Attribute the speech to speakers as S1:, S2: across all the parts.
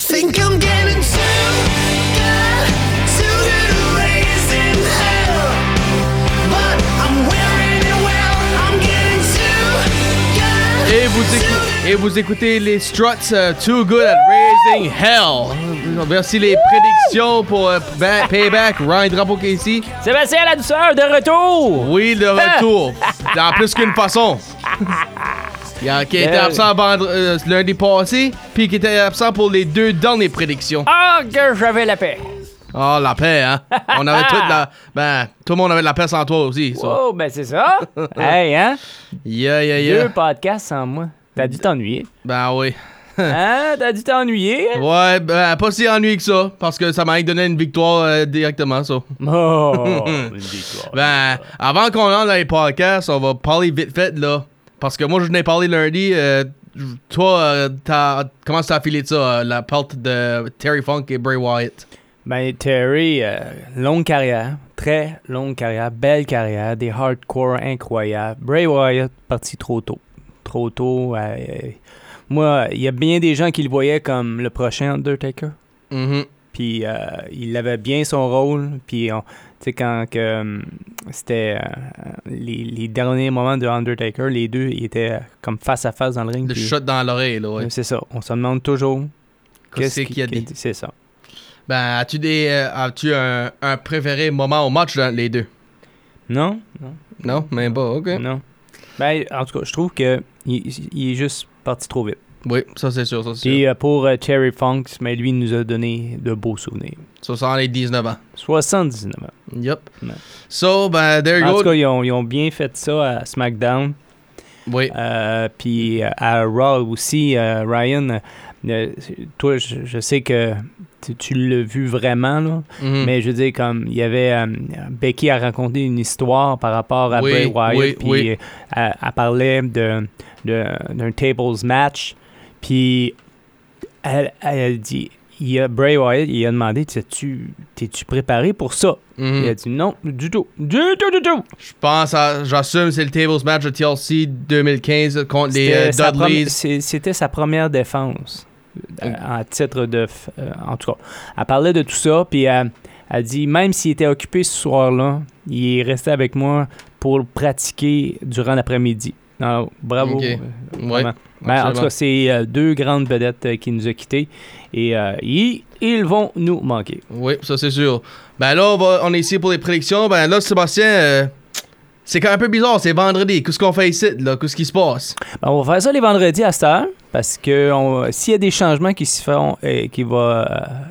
S1: think I'm getting too good to get raised in hell. But I'm wearing it well. I'm getting too good.
S2: Et vous, écou- et vous écoutez les Struts euh, Too Good at Raising Hell. Merci les prédictions pour euh, ba- Payback, Ryan Drapeau Casey.
S3: Sébastien, la douceur de retour!
S2: Oui, le retour. en plus qu'une façon. Il y a- qui était
S3: Euh.
S2: absent vendre- euh, lundi passé, puis qui était absent pour les deux dernières prédictions.
S3: Ah, que j'avais la paix!
S2: Oh, la paix, hein? On avait toute la. Ben, tout le monde avait de la paix sans toi aussi. ça.
S3: Oh, ben c'est ça! hey, hein?
S2: Yeah, yeah,
S3: Deux
S2: yeah.
S3: podcasts sans moi. T'as dû t'ennuyer.
S2: Ben oui.
S3: Hein? T'as dû t'ennuyer?
S2: Ouais, ben, pas si ennuyé que ça, parce que ça m'a donné une victoire euh, directement, ça.
S3: Oh! une victoire.
S2: Ben, avant qu'on entre dans les podcasts, on va parler vite fait, là. Parce que moi, je venais parler lundi. euh, toi, euh, t'as- comment t'as affilé de ça, euh, la porte de Terry Funk et Bray Wyatt?
S3: Ben, Terry, euh, longue carrière, très longue carrière, belle carrière, des hardcore incroyables. Bray Wyatt, parti trop tôt. Trop tôt. euh, euh, moi, il y a bien des gens qui le voyaient comme le prochain Undertaker.
S2: Mhm.
S3: Puis euh, il avait bien son rôle. Puis, on- tu sais, quand que, euh, c'était euh, les, les derniers moments de Undertaker, les deux, ils étaient euh, comme face à face dans le ring.
S2: Le
S3: puis-
S2: shot dans l'oreille, là, ouais.
S3: C'est ça. On se demande toujours
S2: Qu'est-ce qu'il a
S3: qui-
S2: dit?
S3: C'est ça.
S2: Ben, as-tu des, euh, as-tu un, un préféré moment au match, là, les deux?
S3: Non? Non.
S2: Non? Mais bon, ok.
S3: Non. Ben, en tout cas, je trouve que il, il est juste parti trop vite.
S2: Oui, ça, c'est sûr, ça, c'est sûr.
S3: Puis euh, pour euh, Cherry Funks, mais lui il nous a donné de beaux souvenirs.
S2: Ça, ça en est 19 ans.
S3: 79 ans.
S2: Yep.
S3: Ouais.
S2: So, ben, there you
S3: Mm. En tout
S2: go.
S3: cas, ils ont, ils ont bien fait ça à SmackDown.
S2: Oui.
S3: Euh, puis euh, à Raw aussi, euh, Ryan, euh, euh, toi, je, je sais que tu, tu l'as vu vraiment, là.
S2: Mhm.
S3: Mais je veux dire, comme il y avait. euh, Becky a raconté une histoire par rapport à
S2: Oui,
S3: Bray Wyatt.
S2: oui,
S3: puis
S2: oui.
S3: euh, Elle, elle parlait de- de- d'un tables match. Puis elle, elle dit. Il y a Bray Wyatt, il a demandé T'es-tu t'es-tu préparé pour ça
S2: Mhm.
S3: Il a dit Non, du tout. Du tout, du tout.
S2: Je pense à. J'assume c'est le Tables match de TLC 2015 contre les
S3: C'était
S2: euh,
S3: sa prom-
S2: Dudleys.
S3: c'est- C'était sa première défense euh, en titre de. f- euh, en tout cas, elle parlait de tout ça, puis elle, elle dit même s'il était occupé ce soir-là, il est resté avec moi pour pratiquer durant l'après-midi. Alors, bravo.
S2: Ok.
S3: euh,
S2: Ouais,
S3: vraiment. Ben, en tout
S2: absolument.
S3: cas, c'est euh, deux grandes vedettes euh, qui nous ont quittés et euh, ils, ils vont nous manquer.
S2: Oui, ça c'est sûr. Ben là, on, va- on est ici pour les prédictions. Ben là, Sébastien, euh, c'est quand même un peu bizarre. C'est vendredi. Qu'est-ce qu'on fait ici, là? Qu'est-ce qui se passe?
S3: Ben, on va faire ça les vendredis à cette heure parce que on- s'il y a des changements qui se font et qui vont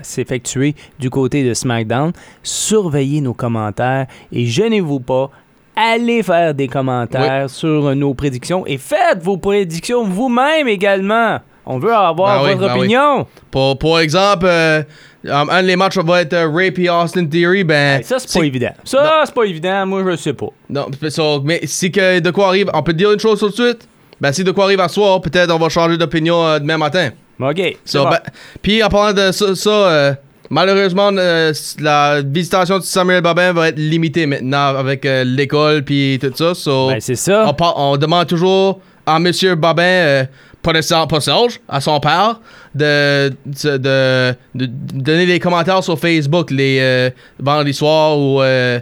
S3: s'effectuer du côté de SmackDown, surveillez nos commentaires et gênez-vous pas. Allez faire des commentaires sur nos prédictions et faites vos prédictions vous-même également. On veut avoir
S2: Ben oui,
S3: votre
S2: ben oui.
S3: opinion.
S2: Pour, pour exemple, euh, um, un des matchs va être euh, Ray et Austin Theory. Ben,
S3: Ça, c'est pas évident. Ça, c'est pas évident. Moi, je sais pas.
S2: Non, c'est ça. mais si que de quoi arrive, on peut te dire une chose tout de suite. Ben, si de quoi arrive à soir, peut-être on va changer d'opinion euh, demain matin.
S3: OK. c'est
S2: So,
S3: bon.
S2: ben- Puis en parlant de ça, ça, euh, malheureusement, euh, la visitation de Samuel Babin va être limitée maintenant avec euh, l'école puis tout ça. So,
S3: Ben, c'est ça.
S2: on, par- on demande toujours à Monsieur Babin, euh, pas de sang- pas de singe, à son père, de, de, de- de donner des commentaires sur Facebook les euh, vendredis soirs ou. euh,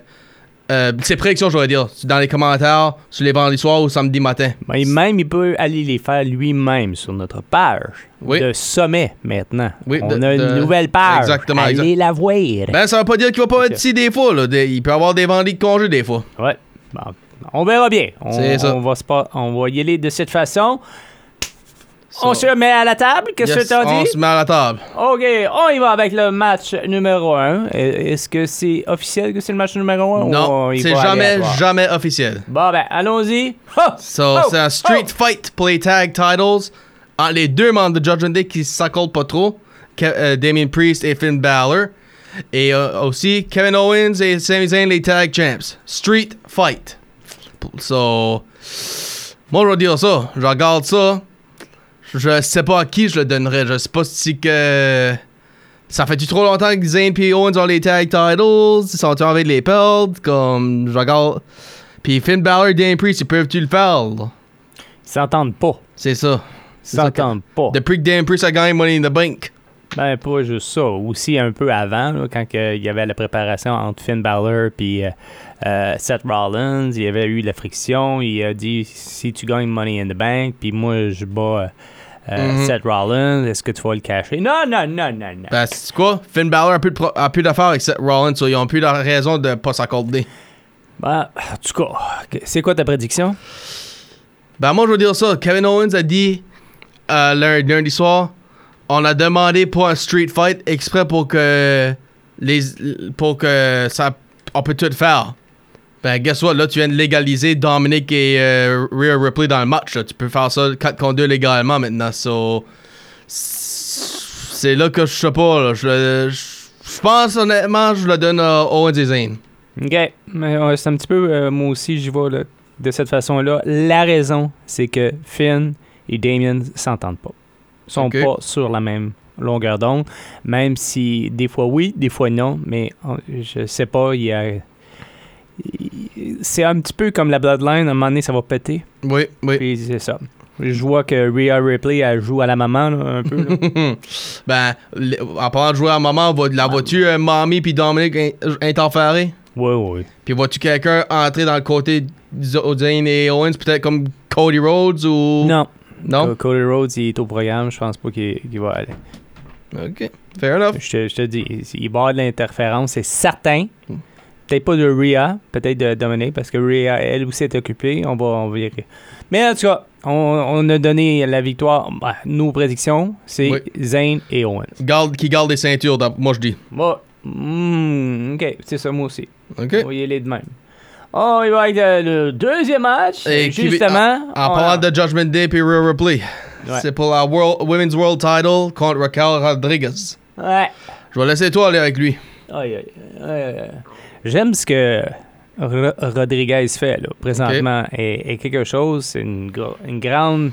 S2: euh, ses prédictions, je vais dire, dans les commentaires sur les vendredis soirs ou samedi matin.
S3: Ben, même, il peut aller les faire lui-même sur notre page
S2: Oui.
S3: de sommet maintenant.
S2: Oui,
S3: On
S2: de-
S3: a une
S2: de-
S3: nouvelle page.
S2: Exactement,
S3: Allez la voir.
S2: Ben, ça veut pas dire qu'il va pas
S3: Ok.
S2: être ici des fois, là. Des- il peut avoir des vendredis de congé des fois.
S3: Ouais. Bon, on verra bien. On,
S2: C'est ça.
S3: on va se pas, on va y aller de cette façon.
S2: So-
S3: On se met à la table. Qu'est-ce
S2: Yes,
S3: que t'as
S2: On
S3: dit?
S2: se met à la table.
S3: OK, on y va avec le match numéro 1. Est-ce que c'est officiel que c'est le match numéro 1?
S2: non, c'est jamais, jamais officiel.
S3: Bon, ben, allons-y. Ha!
S2: So,
S3: Oh!
S2: c'est un street
S3: Oh!
S2: fight pour les tag titles entre les deux membres de Judgment Day qui s'accolent pas trop, Ke- euh, Damien Priest et Finn Balor. Et euh, aussi Kevin Owens et Sami Zayn, les tag champs. Street fight. So, moi je vais dire ça. Je regarde ça. Je sais pas à qui je le donnerais. Je sais pas si que. Ça fait-tu trop longtemps que Zayn et Owens ont les tag titles? Ils sont-ils envie de les perdre? Comme, je regarde. Puis Finn Balor et Damien Priest, ils peuvent-tu le perdre?
S3: Ils s'entendent pas.
S2: C'est ça.
S3: Ils s'entendent pas.
S2: Depuis que Damien Priest a gagné Money in the Bank.
S3: Ben, pas juste ça. Aussi, un peu avant, là, quand que il y avait la préparation entre Finn Balor puis euh, euh, Seth Rollins, il y avait eu de la friction. Il a dit si tu gagnes Money in the Bank, puis moi, je bats euh, euh,
S2: Mhm.
S3: Seth Rollins, est-ce que tu vas le cacher Non, non, non, non, non.
S2: Ben, c'est quoi? Finn Balor a plus, de pro- a plus d'affaires avec Seth Rollins, so ils ont plus de raison de pas s'accorder.
S3: Ben, en tout cas, c'est quoi ta prédiction
S2: Ben, moi, je veux dire ça. Kevin Owens a dit euh, lundi, lundi soir, on a demandé pour un street fight exprès pour que les, pour que ça, on peut tout faire. Ben, guess what? Là, tu viens de légaliser Dominic et euh, Rhea Ripley dans le match. là. Tu peux faire ça 4 contre 2 légalement maintenant. So, c'est là que je sais pas. là. Je, je- je pense honnêtement, je le donne à Owens et Zayn.
S3: OK. Mais euh, c'est un petit peu, euh, moi aussi, j'y vais là, de cette façon-là. La raison, c'est que Finn et Damien s'entendent pas. Ils sont
S2: OK.
S3: pas sur la même longueur d'onde, même si des fois oui, des fois non, mais on- je sais pas, il y a... il- C'est un petit peu comme la Bloodline, à un moment donné, ça va péter.
S2: Oui, oui.
S3: Puis c'est ça. Je vois que Rhea Ripley, elle joue à la maman, là, un peu. là.
S2: ben, l- en parlant de jouer à un moment, vo- la vois-tu, euh, Mamie puis Dominic in- interférer?
S3: oui, oui.
S2: Puis vois-tu quelqu'un entrer dans le côté Zayn et Owens, peut-être comme Cody Rhodes ou.
S3: Non.
S2: Non?
S3: Co- Cody Rhodes, il est au programme, je pense pas qu'il qu'il va aller.
S2: Ok. Fair enough.
S3: Je te, je te dis, il- il va y avoir de l'interférence, c'est certain. Peut-être pas de Rhea, peut-être de Dominique, parce que Rhea, elle aussi est occupée. On va, on va y arriver. Mais en tout cas, on, on a donné la victoire. Ben, nos prédictions, c'est
S2: Oui.
S3: Zayn et Owen.
S2: Garde, qui garde les ceintures, d'après- moi je dis.
S3: Moi, hmm, ok, c'est ça, moi aussi.
S2: Ok.
S3: On va y aller de même. Oh, il va être euh, le deuxième match.
S2: Et qui-
S3: justement.
S2: En
S3: on-
S2: parlant de Judgment Day puis Rhea Ripley,
S3: Ouais.
S2: c'est pour la World, Women's World Title contre Raquel Rodriguez.
S3: Ouais.
S2: Je vais laisser toi aller avec lui.
S3: Aïe, aïe, aïe, aïe. J'aime ce que Ro- Rodriguez fait là, présentement. Et, et quelque chose, c'est une, gr- une grande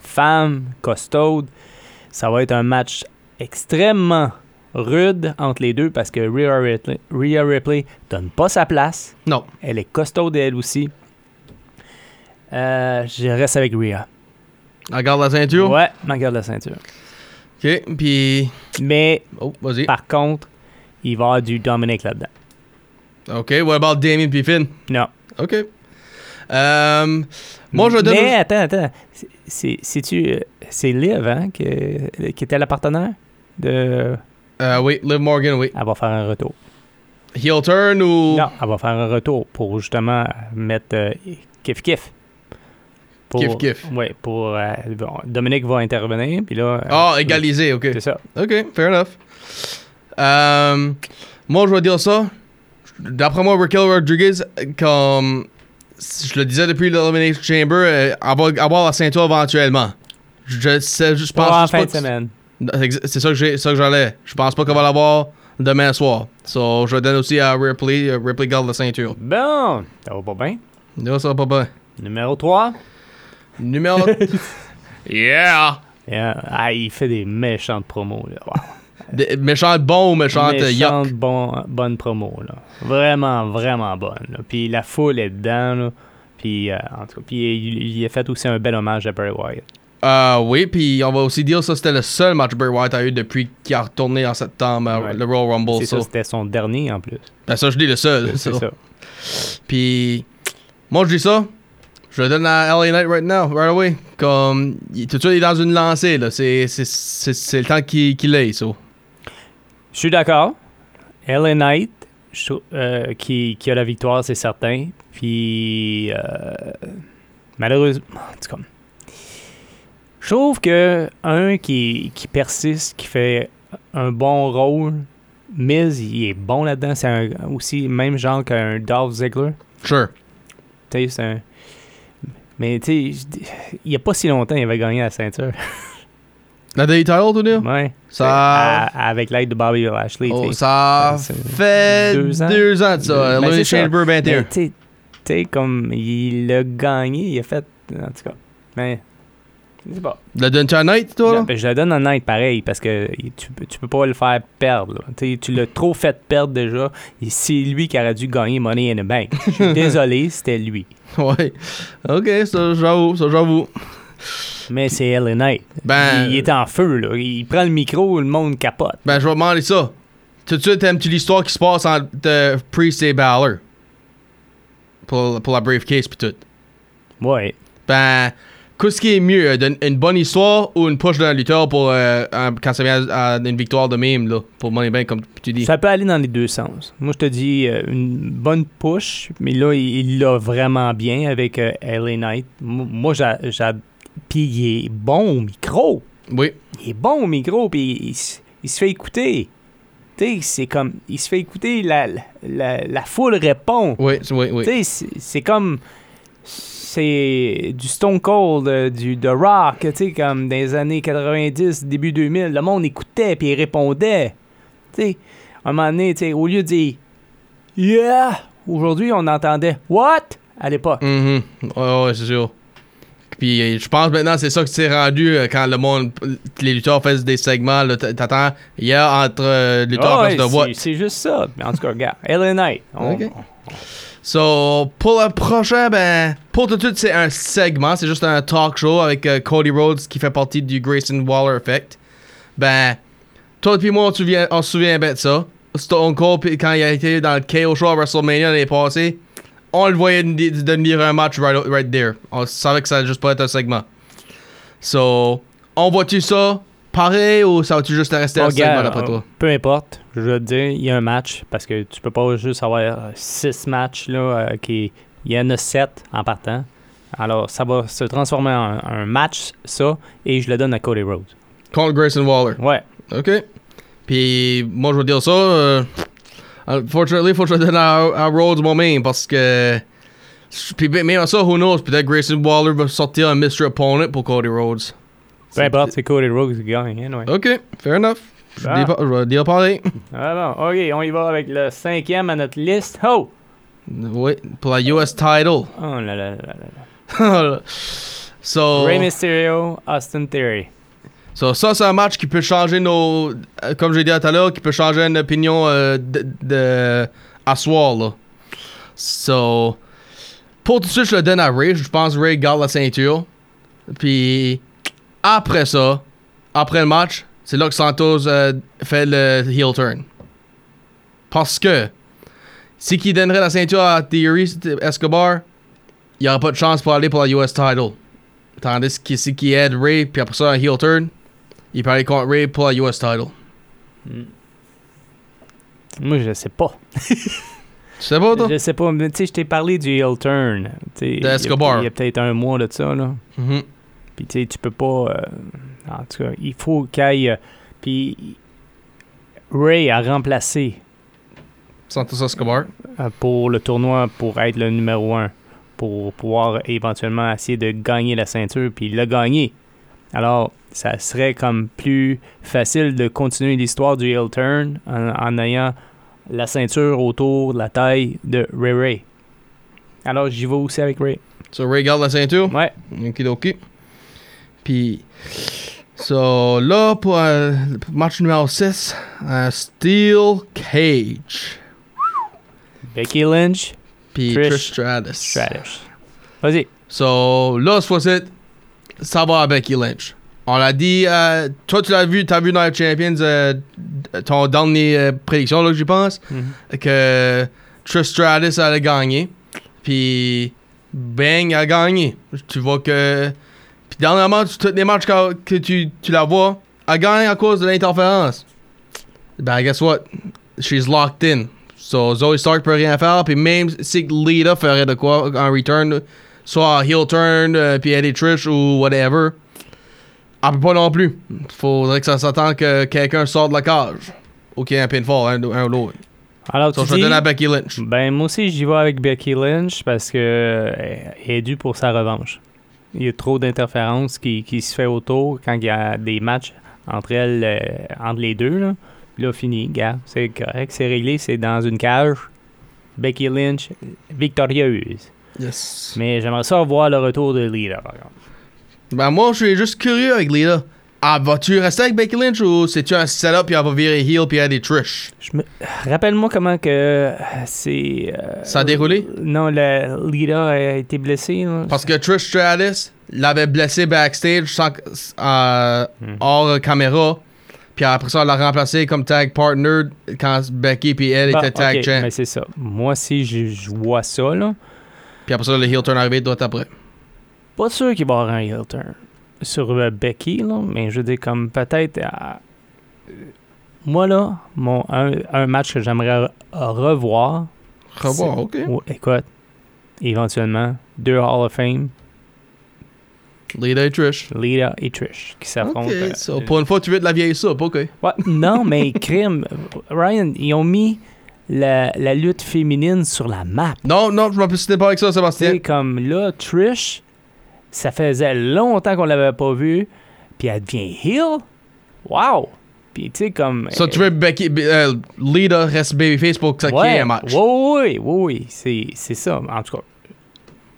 S3: femme costaude. Ça va être un match extrêmement rude entre les deux parce que Rhea Ripley, Rhea Ripley donne pas sa place.
S2: Non.
S3: Elle est costaude elle aussi. Euh, je reste avec Rhea.
S2: Elle garde la ceinture.
S3: Ouais, m'en garde la ceinture.
S2: Ok. Puis.
S3: Mais
S2: Oh, vas-y.
S3: par contre, il va y avoir du Dominic là-dedans.
S2: Ok, what about Damien puis Finn?
S3: Non.
S2: Ok. Euh, moi, je donne.
S3: Mais attends, attends. C'est- C'est, c'est-tu, euh, c'est Liv, hein, que- qui était la partenaire de.
S2: Euh, oui, Liv Morgan, oui.
S3: Elle va faire un retour.
S2: Heel turn ou.
S3: Non, elle va faire un retour pour justement mettre euh, Kif Kif.
S2: Kif Kif.
S3: Oui, pour. euh, bon, Dominique va intervenir, puis là. euh,
S2: Ah, égalisé, ok.
S3: C'est ça.
S2: Ok, fair enough. Euh, moi, je vais dire ça. D'après moi, Raquel Rodriguez, comme je le disais depuis l'Elimination Chamber, euh, elle va avoir la ceinture éventuellement. Je, sais, je pense
S3: Pas en
S2: juste
S3: fin
S2: pas
S3: de
S2: que-
S3: semaine.
S2: Non, C'est exa- c'est ça que j'ai- ça que j'allais. Je pense pas qu'on va l'avoir demain soir. So, je donne aussi à Ripley. Euh, Ripley garde la ceinture.
S3: Bon, ça va pas bien.
S2: Là, ça va pas bien.
S3: Numéro 3.
S2: Numéro. yeah!
S3: ah, il fait des méchantes promos. Là. Wow.
S2: Des- méchante bon ou méchante euh, yuck.
S3: Méchante bon, bonne promo. Là. Vraiment, vraiment bonne. là. Puis la foule est dedans. Là. Puis, euh, en tout cas, puis il, il a fait aussi un bel hommage à Barry Wyatt.
S2: Euh, oui, puis on va aussi dire ça, c'était le seul match Bray Wyatt a eu depuis qu'il a retourné en septembre euh,
S3: Ouais.
S2: le Royal Rumble.
S3: C'est ça,
S2: So.
S3: c'était son dernier en plus.
S2: Ben, ça, je dis le seul.
S3: C'est
S2: so.
S3: ça.
S2: Puis moi, je dis ça. Je le donne à LA Knight right now, right away. Comme, il- tout de suite, il est dans une lancée, là. C'est c'est- c'est- c'est le temps qu'il qu'il est, so.
S3: Je suis d'accord. LA Knight, je trou- euh, qui, qui a la victoire, c'est certain. Puis, euh, malheureusement, en tout cas, je trouve que un qui, qui persiste, qui fait un bon rôle, Miz, il est bon là-dedans. C'est un- aussi même genre qu'un Dolph Ziggler.
S2: Sure.
S3: Tu sais, c'est un- Mais tu sais, je dis- il n'y a pas si longtemps, il avait gagné la ceinture.
S2: La Daily Title, tout dire?
S3: Ouais.
S2: Ça.
S3: À- avec l'aide de Bobby Lashley. tu
S2: oh,
S3: sais.
S2: ça
S3: c'est-
S2: fait deux
S3: deux
S2: ans,
S3: ans.
S2: de ça.
S3: Ben,
S2: Elimination
S3: c'est ça.
S2: Chamber
S3: Mais
S2: 21.
S3: tu sais- tu sais, comme il a gagné, il a fait. En tout cas. Mais. Je sais pas.
S2: Le donnes-tu à Knight, toi?
S3: Non,
S2: là?
S3: ben, je le donne un night pareil parce que tu, peux- tu peux pas le faire perdre. là. Tu sais, tu l'as trop fait perdre déjà. Et C'est lui qui aurait dû gagner Money in the Bank. Je suis désolé, c'était lui.
S2: Ouais. Ok, ça j'avoue, ça j'avoue.
S3: Mais c'est Ellen Knight.
S2: Ben-
S3: il, il est en feu, là. Il prend le micro, le monde capote.
S2: Ben, je vais demander ça. Tout de suite, aimes-tu l'histoire qui se passe entre euh, Priest et Balor? Pour, pour la briefcase pis tout.
S3: Ouais.
S2: Ben, qu'est-ce qui est mieux, d'une- une, bonne histoire ou une push d'un lutteur pour, euh, un- quand ça vient à, à une victoire de même, là, pour Money Bank, comme tu dis?
S3: Ça peut aller dans les deux sens. Moi, je te dis euh, une bonne push, mais là, il il l'a vraiment bien avec euh, LA Knight. M- Moi, j'a- j'a- Puis il est bon au micro.
S2: Oui.
S3: Il est bon au micro, puis il, s- il se fait écouter. Tu sais, c'est comme. Il se fait écouter, la, la, la foule répond.
S2: Oui, c'est- oui, oui.
S3: Tu sais, c'est- c'est comme. C'est du Stone Cold, euh, du The Rock, tu sais, comme dans les années 90, début 2000. Le monde écoutait puis il répondait. Tu sais, un moment donné, tu sais, au lieu de dire Yeah! Aujourd'hui, on entendait What? à l'époque.
S2: Mhm. Ouais, ouais, c'est sûr. Puis euh, je pense maintenant, c'est ça que c'est rendu euh, quand le monde, les lutteurs font des segments, là, t- t'attends, il y a entre euh, lutteurs
S3: Ah
S2: face de
S3: ouais,
S2: what.
S3: c'est- c'est juste ça. En tout cas, regarde, LA Knight. on-
S2: Ok. So, pour le prochain, ben, pour tout de suite, c'est un segment, c'est juste un talk show avec euh, Cody Rhodes qui fait partie du Grayson Waller Effect. Ben, toi et moi, on se souvient, on se souvient bien de ça. Stone Cold, puis quand il a été dans le KO show à WrestleMania l'année passée, on le voyait ni- devenir un match right, right there. On savait que ça allait juste pas être un segment. So, on voit-tu ça pareil ou ça va-tu juste rester un
S3: Bon, gars,
S2: segment d'après
S3: euh,
S2: toi?
S3: Peu importe, je veux te dire, il y a un match parce que tu peux pas juste avoir euh, six matchs là, euh, qui il y en a sept en partant. Alors ça va se transformer en un match ça et je le donne à Cody Rhodes.
S2: Contre Grayson Waller.
S3: Ouais.
S2: OK. Puis moi, je vais dire ça. euh, unfortunately, faut que je le donne à, à Rhodes moi-même parce que. Puis ben, même à ça, who knows? Peut-être Grayson Waller va sortir un Mr. Opponent pour Cody Rhodes.
S3: Peu importe, c'est Cody Rhodes qui gagne. Anyway.
S2: OK, fair enough. Oh, uh, Je
S3: Ah.
S2: dis pas- je vais dire pareil.
S3: Ah bon, ok, on y va avec le cinquième à notre liste. Oh!
S2: Oui, pour la US title.
S3: Oh là là là là. là.
S2: so,
S3: Rey Mysterio, Austin Theory.
S2: so, ça, c'est un match qui peut changer nos. euh, Comme j'ai dit tout à l'heure, qui peut changer une opinion euh, de, de- à soir, là. So, pour tout de suite, je le donne à Ray. Je pense que Ray garde la ceinture. Puis, après ça, après le match, c'est là que Santos euh, fait le heel turn. Parce que, si qui donnerait la ceinture à Theory c'était Escobar, il n'y aurait pas de chance pour aller pour la US title. Tandis que si qui aide Ray, puis après ça, un heel turn, il peut aller contre Ray pour la US title.
S3: Hmm. Moi je sais pas.
S2: Tu sais pas, toi?
S3: Je sais pas, mais tu sais, je t'ai parlé du heel turn. tu sais, il y a-
S2: Escobar.
S3: Il y a peut-être un mois de ça, là.
S2: Mhm.
S3: Puis tu sais, tu peux pas. euh, en tout cas, il faut qu'il aille. euh, puis Ray a remplacé
S2: Santos Escobar.
S3: euh, pour le tournoi pour être le numéro un, pour pouvoir éventuellement essayer de gagner la ceinture. Puis il l'a gagné. Alors, ça serait comme plus facile de continuer l'histoire du heel turn en, en ayant la ceinture autour de la taille de Ray Ray. Alors, j'y vais aussi avec Ray.
S2: So, Ray garde la ceinture.
S3: Ouais.
S2: Okidoki. Puis, so, là, pour euh, le match numéro 6, un uh, Steel Cage.
S3: Becky Lynch,
S2: Puis Trish,
S3: Trish
S2: Stratus.
S3: Stratus. Vas-y.
S2: So, là, ce fois-ci, ça va à Becky Lynch. On l'a dit, euh, toi, tu l'as vu, t'as vu dans les Champions, euh, ton dernier euh, prédiction, là, que j'y pense, que Trish Stratus allait gagner. Puis, Bang a gagné. Tu vois que. Puis, dernièrement, tu- tous les matchs que, que tu, tu la vois, elle gagne à cause de l'interférence. Ben, guess what? She's locked in. So, Zoe Stark peut rien faire. Puis, même si Lita ferait de quoi en return, soit heel turn, euh, puis elle est Trish ou whatever, elle peut pas non plus. Faudrait que ça s'attend que quelqu'un sorte de la cage. Ou qu'il y ait un pinfall, un, un ou l'autre.
S3: Alors, tu
S2: So, je
S3: dis-
S2: le donne à Becky Lynch.
S3: Ben, moi aussi, j'y vais avec Becky Lynch parce que euh, elle est due pour sa revanche. Il y a trop d'interférences qui, qui se fait autour quand il y a des matchs entre elles, euh, entre les deux. Là, Puis là, fini, gars. C'est correct, c'est réglé, c'est dans une cage. Becky Lynch, victorieuse.
S2: Yes.
S3: Mais j'aimerais ça voir le retour de Lita, par contre.
S2: Ben moi, je suis juste curieux avec Lita. Ah, vas-tu rester avec Becky Lynch ou c'est-tu un setup puis elle va virer heel puis elle des Trish?
S3: Je me- Rappelle-moi comment que euh, c'est. euh,
S2: Ça a déroulé?
S3: Non, la... Lita a été blessée. là.
S2: Parce que Trish Stratus, l'avait blessé backstage sans, euh,
S3: Hmm.
S2: hors caméra. Puis après ça, elle l'a remplacé comme tag partner quand Becky puis elle
S3: Bon,
S2: étaient tag
S3: Bah, ok,
S2: champ.
S3: Mais c'est ça. Moi, si je, je vois ça, là,
S2: Puis après ça, le heel turn arrivé doit après.
S3: pas sûr qu'il va y avoir un heel turn sur euh, Becky, là, mais je veux dire, comme peut-être. euh, moi, là, mon, un, un match que j'aimerais re- revoir,
S2: Revoir, Ah, ok.
S3: ou- écoute, éventuellement, deux Hall of Fame,
S2: Lita et Trish.
S3: Lita et Trish, qui s'affrontent.
S2: Ok,
S3: euh,
S2: so, pour une fois, tu veux de la vieille soupe, ok.
S3: Ouais, non, mais crime, Ryan, ils ont mis la, la lutte féminine sur la map.
S2: Non, non, je m'en suis pas avec ça,
S3: Tu
S2: Sébastien.
S3: sais, comme là, Trish, ça faisait longtemps qu'on l'avait pas vue, puis elle devient heel. Wow! Puis tu sais, comme.
S2: Ça, tu veux Becky, euh, Lita reste babyface pour que ça crée un match.
S3: Oui, oui, oui, c'est c'est ça. En tout cas,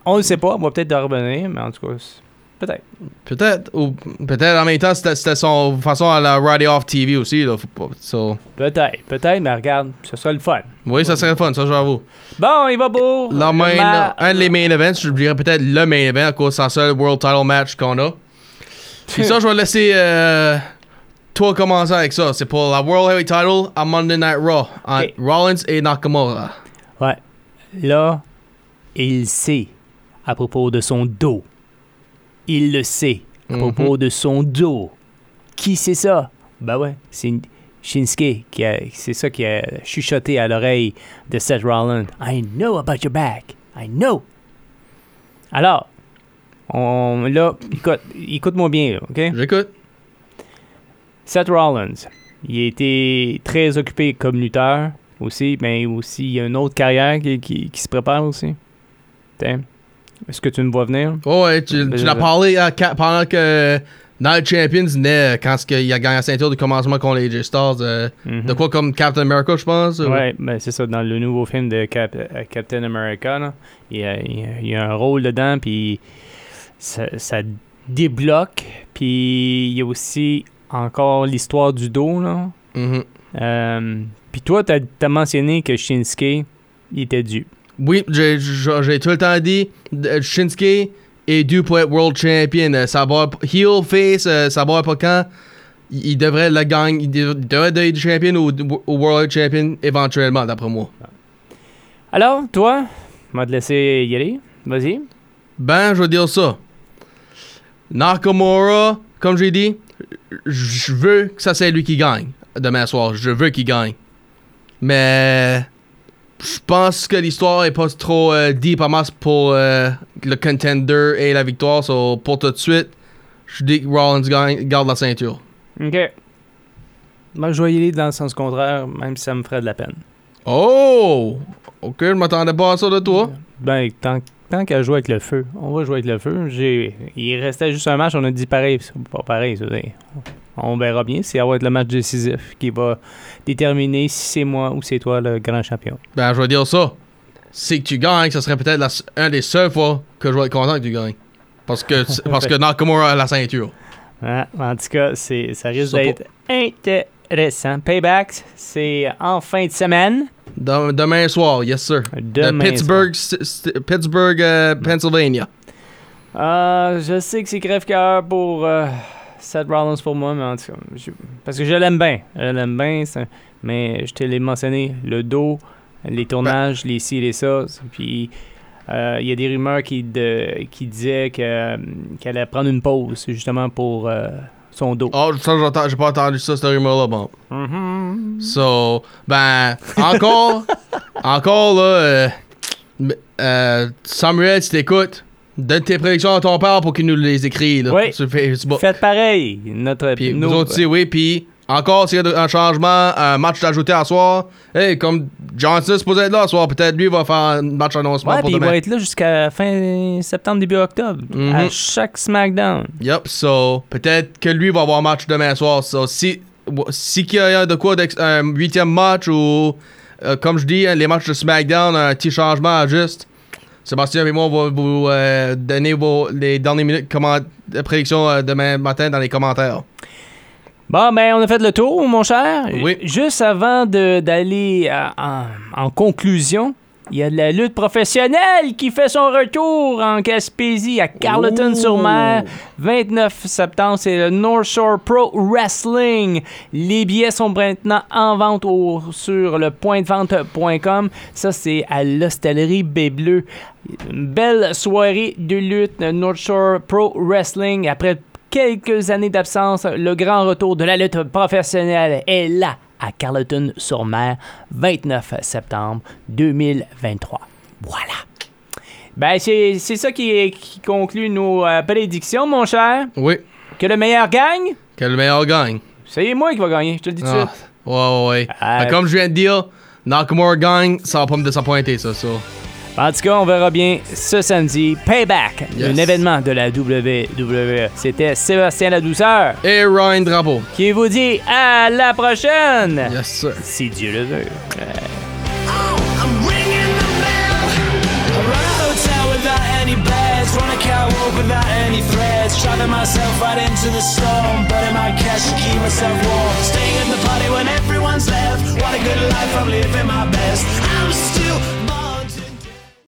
S3: on ne sait pas, on va peut-être en revenir, mais en tout cas, c'est- peut-être.
S2: Peut-être, ou peut-être en même temps, c'était c'était son façon à la Ride It Off TV aussi. Là. Faut pas- so.
S3: Peut-être, peut-être, mais regarde, ce sera le fun.
S2: Oui, ça serait le fun, ça j'avoue.
S3: Bon, il va pour.
S2: La
S3: le
S2: main,
S3: ma-
S2: un des main events, je dirais peut-être le main event à cause de son seul World Title match qu'on a.
S3: Hmm.
S2: Puis ça, je vais laisser euh, toi commencer avec ça. C'est pour la World Heavy Title à Monday Night Raw entre
S3: Ok.
S2: Rollins et Nakamura.
S3: Ouais. Là, il sait à propos de son dos. Il le sait à
S2: Mhm.
S3: propos de son dos. Qui c'est ça? Ben ouais, c'est Shinsuke. qui a- C'est ça qui a chuchoté à l'oreille de Seth Rollins. I know about your back. I know. Alors, on, là, écoute, écoute-moi bien, là, OK?
S2: J'écoute.
S3: Seth Rollins, il était très occupé comme lutteur aussi, mais aussi il y a une autre carrière qui, qui- qui se prépare aussi. Tiens, est-ce que tu me vois venir?
S2: Oh, ouais,
S3: Euh,
S2: tu, tu l'as parlé à ca- pendant que Night Champions naît quand ce que il a gagné la ceinture du commencement contre les J-Stars. euh,
S3: Mhm.
S2: De quoi comme Captain America, je pense. ou-
S3: Ouais, ben c'est ça, dans le nouveau film de Cap- euh, Captain America, là, il, y a, il y a- il y a un rôle dedans, puis ça, ça débloque, puis il y a aussi encore l'histoire du dos, là.
S2: Mhm.
S3: Euh, puis toi, t'as as mentionné que Shinsuke, il était dû.
S2: Oui, j'ai- j'ai j'ai tout le temps dit euh, Shinsuke est dû pour être World Champion. Euh, Ça va heel face, euh, ça va pas quand. Il il devrait le gagner, il dev- devrait être champion ou, ou World Champion éventuellement, d'après moi.
S3: Alors, toi, je vais te laisser y aller. Vas-y.
S2: Ben, je veux dire ça. Nakamura, comme j'ai dit, je veux que ça c'est lui qui gagne demain soir. Je veux qu'il gagne. Mais je pense que l'histoire est pas trop euh, deep à masse pour euh, le contender et la victoire. So, pour tout de suite, je dis que Rollins gagne, garde la ceinture.
S3: OK. Moi, je vais y aller dans le sens contraire, même si ça me ferait de la peine.
S2: Oh! Ok, je m'attendais pas à ça de toi.
S3: Ben, tant, tant qu'à jouer avec le feu, on va jouer avec le feu. J'ai, il restait juste un match, on a dit pareil, c'est pas pareil. ça veut dire, On verra bien si ça va être le match décisif qui va déterminer si c'est moi ou c'est toi le grand champion.
S2: Ben, je veux dire ça. Si que tu gagnes, ça serait peut-être la s- un des seules fois que je vais être content que tu gagnes. Parce que, parce que Nakamura a la ceinture.
S3: Ah, en tout cas, c'est, ça risque
S2: Ça pas-
S3: d'être intéressant. Payback, c'est en fin de semaine.
S2: Dem- demain soir, yes sir. De
S3: Demain
S2: Pittsburgh, st- st- Pittsburgh euh, Pennsylvania.
S3: Ah, je sais que c'est crève-cœur pour euh, Seth Rollins pour moi, mais en tout cas, je- parce que je l'aime bien. Je l'aime bien, c'est un- mais je te l'ai mentionné, le dos, les tournages, les ci, les ça. c'est- Puis euh, il y a des rumeurs qui, de, qui disaient que, euh, qu'elle allait prendre une pause, justement, pour euh, son dos.
S2: Oh, ça, j'entends- j'ai pas entendu ça, cette rumeur-là. Bon.
S3: Mhm.
S2: So, ben, encore, encore là, euh, m- euh, Samuel, si t'écoutes, donne tes prédictions à ton père pour qu'il nous les écrit là,
S3: Oui.
S2: sur Facebook.
S3: Faites pareil, notre...
S2: Puis
S3: nos-
S2: nous autres aussi, oui. Puis encore, s'il y a de- un changement, un match d'ajouté à soir, hey, comme Johnson est supposé être là à soir, peut-être lui va faire un match annoncement
S3: Ouais,
S2: pour
S3: puis il
S2: demain.
S3: va être là jusqu'à fin septembre, début octobre, à
S2: Mhm.
S3: chaque SmackDown.
S2: Yep, so peut-être que lui va avoir match demain soir. So, si si qu'il y a de quoi d'ex- un huitième match ou euh, comme je dis, hein, les matchs de SmackDown, un petit changement à juste. Sébastien et moi, on va vous euh, donner vos, les dernières minutes comment, de prédiction euh, demain matin dans les commentaires.
S3: Bon, ben, on a fait le tour, mon cher.
S2: Oui.
S3: Juste avant de- d'aller à- en, en euh, conclusion, Il y a de la lutte professionnelle qui fait son retour en Gaspésie à Carleton-sur-Mer. 29 septembre, c'est le North Shore Pro Wrestling. Les billets sont maintenant en vente au- sur le pointdevente.com. Ça, c'est à l'hostellerie Baie-Bleue. Une belle soirée de lutte, le North Shore Pro Wrestling. Après quelques années d'absence, le grand retour de la lutte professionnelle est là à Carleton-sur-Mer, 29 septembre 2023. Voilà. Ben, c'est c'est ça qui, qui conclut nos euh, prédictions, mon cher.
S2: Oui.
S3: Que le meilleur gagne,
S2: Que le meilleur gagne.
S3: c'est moi qui va gagner, je te le dis tout de
S2: Ah,
S3: suite.
S2: ouais, ouais, ouais.
S3: Ah.
S2: Mais comme je viens de dire, Nakamura gagne, ça va pas me disappointer, ça, ça.
S3: En tout cas, on verra bien ce samedi. Payback,
S2: Yes.
S3: un événement de la WWE. C'était Sébastien Ladouceur
S2: Et Ryan Drapeau.
S3: qui vous dit à la prochaine.
S2: Yes, sir.
S3: Si Dieu le veut.
S1: I'm ringing the bell.
S4: I run a hotel without any beds, run a catwalk without any threads. Driving myself right into the storm, burning my cash to keep myself warm. Staying in the party when everyone's left. What a good life, I'm living my best.
S1: I'm still